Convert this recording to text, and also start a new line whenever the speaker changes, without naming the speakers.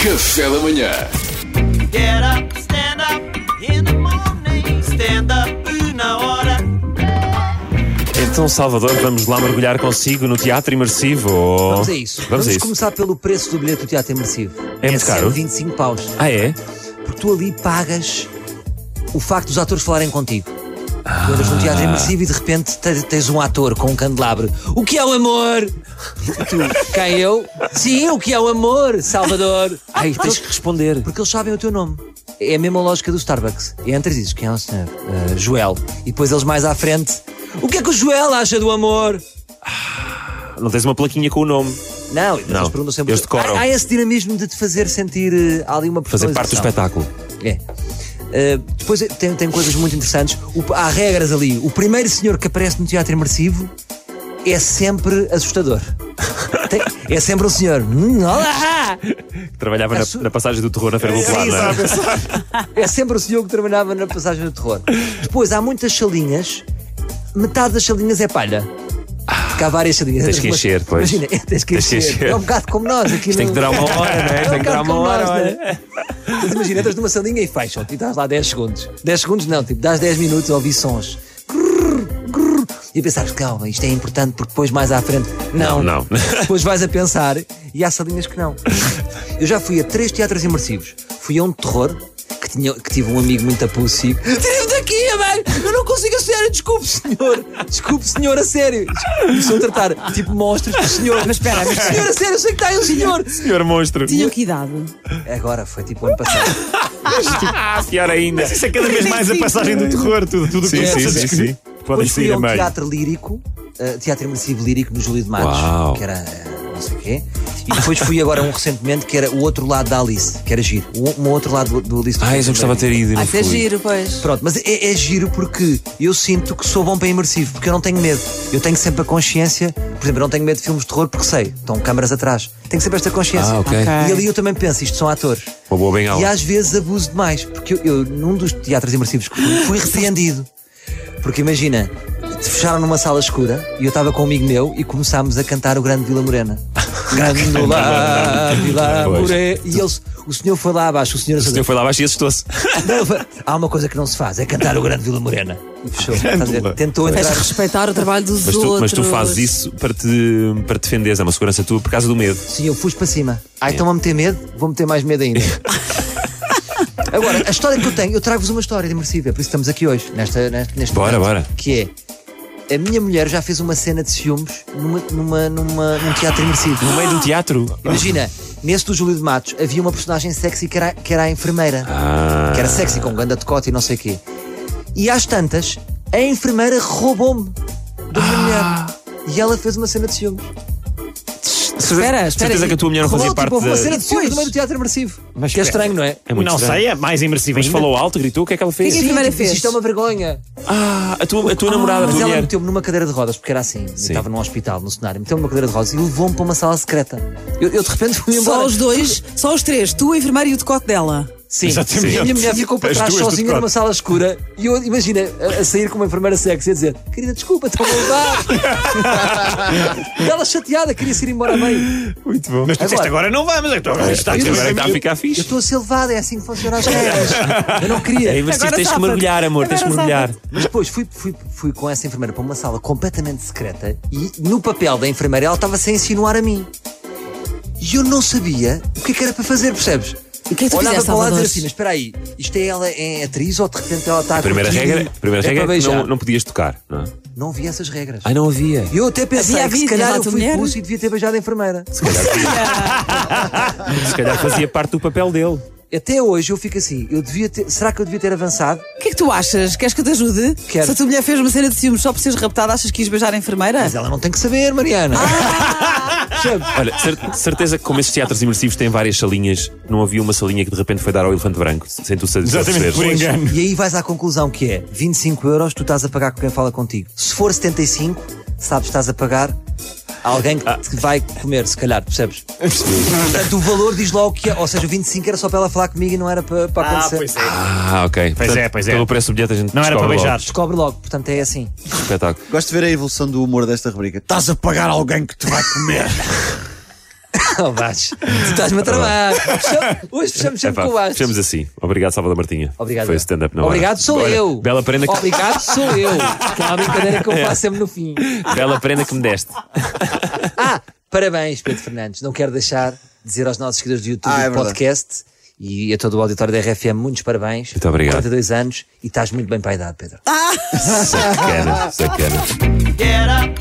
Café da manhã.
Get up, stand up in the morning. Stand up na hora.
Então, Salvador, vamos lá mergulhar consigo no teatro imersivo. ou-
Vamos a isso.
Vamos, a isso.
começar pelo preço do bilhete do teatro imersivo.
É muito caro?
25 paus.
Ah, é?
Porque tu ali pagas o facto dos atores falarem contigo. Tu entras num teatro imersivo e de repente te- tens um ator com um candelabro. O que é o amor? E tu, quem eu? Sim, o que é o amor, Salvador? Ai, tens que responder. Porque eles sabem o teu nome. É a mesma lógica do Starbucks. E entras e dizes, quem é o senhor? "Ah, Joel. E depois eles mais à frente. O que é que o Joel acha do amor?
Não tens uma plaquinha com o nome.
Não, eles
Não,
perguntam sempre.
eles decoram.
Há, há esse dinamismo de te fazer sentir eh, há ali uma
Fazer parte do
personalização.
espetáculo.
É. Eh, depois eh, tem, tem coisas muito interessantes. O- há regras ali. O primeiro senhor que aparece no teatro imersivo é sempre assustador. Tem- é sempre um senhor. Hum, olá!
Que trabalhava na,
su-
na passagem do terror na Feira Popular, não é?
É sempre o senhor que trabalhava na passagem do terror. Depois há muitas salinhas. Metade das salinhas é palha. Porque há várias salinhas.
Tens que
Mas-
encher, pois.
Imagina, tens que
Tens que
encher.
encher.
É um bocado como nós aqui
Isto tem que
no-
durar uma hora, não é? Tem
É um
que durar
bocado
uma
como
hora,
nós,
olha.
né? Mas imagina, entras numa salinha e fecham-te e estás lá 10 segundos. 10 segundos não, tipo, dás 10 minutos a ouvir sons. Grrr, grrr. E pensares, calma, isto é importante porque depois mais à frente. Não,
Não, não.
Depois vais a pensar e há salinhas que não. Eu já fui a três teatros imersivos. Fui a um de terror. Que, tinha, que tive um amigo muito apulsivo. Tire-me daqui, velho! Eu não consigo a sério, desculpe, senhor! Desculpe, senhor, a sério! Começou a tratar tipo monstros do senhor. Mas espera, mas senhor, a sério, eu sei que está aí o senhor!
Senhor monstro.
Tinham que idade?
Agora foi tipo ano passado.
Ah, pior ainda. Isso é cada vez mais a passagem do terror. Tudo, tudo sim, sim, sim, sim. Podem
Depois fui
sair
a
a
um
meio.
teatro lírico, eh, teatro imersivo lírico no Júlio de Matos,
Uau.
que era eh, não sei o quê. E depois fui agora a um recentemente que era o outro lado da Alice, que era giro. O, um outro lado do, do Alice. do
Ah, eu
Felipe
gostava de ter
Almeida.
ido.
Vai ser giro, pois.
Pronto, mas é, é giro porque eu sinto que sou bom para imersivo, porque eu não tenho medo. Eu tenho sempre a consciência, por exemplo, eu não tenho medo de filmes de terror porque sei, estão câmaras atrás. Tenho sempre esta consciência.
Ah, ok. Ok.
E ali eu também penso, isto são atores.
Uma boa bem
E
alta.
às vezes abuso demais, porque eu, eu, num dos teatros imersivos que fui, fui repreendido. Porque imagina, te fecharam numa sala escura e eu estava com um amigo meu e começámos a cantar o Grande Vila Morena. Grande Vila, Vila
Pois.
Morena. E eles, o senhor foi lá abaixo, o senhor
O senhor foi lá abaixo e assustou-se.
não, fa- há uma coisa que não se faz, é cantar o Grande Vila Morena. E fechou. Estás a ver?
Vila.
Tentou
Tens de
entrar.
respeitar o trabalho dos
Mas tu,
outros.
mas tu fazes isso para te, para te defenderes. É uma segurança tua por causa do medo.
Sim, eu fujo para cima. Ah, então vão meter medo? Vou meter mais medo ainda. Agora, a história que eu tenho, eu trago-vos uma história de imersiva, é por isso que estamos aqui hoje, nesta, neste, neste
Bora,
momento,
bora.
Que é. A minha mulher já fez uma cena de ciúmes numa, numa, numa, num teatro imersivo.
No meio de um teatro.
Imagina, nesse do Júlio de Matos havia uma personagem sexy que era, que era a enfermeira.
Ah.
Que era sexy, com ganda decote e não sei o quê. E às tantas, a enfermeira roubou-me
Ah.
da minha mulher. E ela fez uma cena de ciúmes.
Espera, espera.
Certeza é que a tua mulher não fazia
Roubou, tipo,
parte
houve
da.
uma cena de ciúmes
Pois.
no meio do teatro imersivo. que é estranho, não é?
É muito
não
estranho.
sei, é mais imersivo
Mas
ainda.
falou alto, gritou, o que é que ela fez?
Sim. primeira
tipo,
fez.
Isto é uma vergonha.
Ah, a tua, a tua namorada, a
Mas
tua
ela
mulher.
meteu-me numa cadeira de rodas, porque era assim. Eu estava num hospital, no cenário. Meteu-me numa cadeira de rodas e levou-me para uma sala secreta. Eu, eu, de repente fui embora.
Só os dois, só os três, tu, a enfermeira e o decote dela.
Sim,
Exatamente.
E a minha mulher ficou para
As
trás
duas do
sozinha
decote.
numa sala escura e eu, imagina, a, a sair com uma enfermeira sexy e a dizer: Querida, desculpa, estou a levar. E ela chateada, queria se ir embora bem.
Muito bom.
Mas tu disseste agora não vamos. Então, está
Agora é que está a
aqui.
ficar
Eu
fixe.
estou a ser levada, é assim que funciona as regras. Eu não
É
queria.
imersivo,
Agora
tens que
safa-te.
mergulhar, amor, tens que
Agora
mergulhar.
Mas depois fui, fui, fui com essa enfermeira para uma sala completamente secreta e no papel da enfermeira ela estava-se a insinuar a mim. E eu não sabia o que é que era para fazer, percebes?
E o que é que tu
Olhava
fizeste,
para lá e
Salvador?
dizia assim, mas espera aí, isto é ela em atriz ou de repente ela está a
A primeira
curtir?
regra, a primeira
É
regra
para
é que
beijar.
não, não podias tocar, não é?
Não vi essas regras.
não havia.
Eu até pensei
Havia
que se
vídeos lá
calhar eu
da
fui
mulher?
expulso e devia ter beijado a enfermeira.
Se calhar fazia parte do papel dele.
Até hoje eu fico assim, eu devia ter, será que eu devia ter avançado?
O que é que tu achas? Queres que eu te ajude?
Quero.
Se a tua mulher fez uma cena de ciúmes só por seres raptada, achas que ias beijar a enfermeira?
Mas ela não tem que saber,
Ah,
Mariana. Percebe?
Olha, cer- certeza que como esses teatros imersivos têm várias salinhas, não havia uma salinha que de repente foi dar ao elefante branco, sem tu saber.
Exatamente, por engano.
E aí vais à conclusão que é 25 euros tu estás a pagar com quem fala contigo. Se for 75, sabes que estás a pagar a alguém
Ah.
que te vai comer, se calhar, percebes? Portanto, o valor diz logo que é, ou seja, 25 era só para ela falar comigo e não era para, para
Ah,
acontecer.
pois é.
Ah, ok.
Pois é, pois é.
Pelo preço do bilhete a gente
Não era para
descobre logo.
beijar.
Descobre logo, portanto é assim.
Espetáculo.
Gosto de ver a evolução do humor desta rubrica. Estás a pagar alguém que te vai comer.
Oh, Vasco, tu estás-me
Tá
a travar. Fechamos- Hoje fechamos sempre
Epá,
com o Vasco.
fechamos assim. Obrigado, Salvador Martinha.
Obrigado.
Foi stand-up é? na hora.
Obrigado, sou
Olha,
eu.
Bela prenda, que,
Obrigado, sou eu. Que é uma brincadeira que eu faço sempre no fim.
bela prenda que me deste.
Ah, parabéns, Pedro Fernandes. Não quero deixar de dizer aos nossos seguidores do YouTube
Ah, é
e do
verdade.
podcast e a todo o auditório da RFM muitos parabéns.
Muito obrigado.
42 anos e estás muito bem para a idade, Pedro.
Sacana, sacana.
Get up,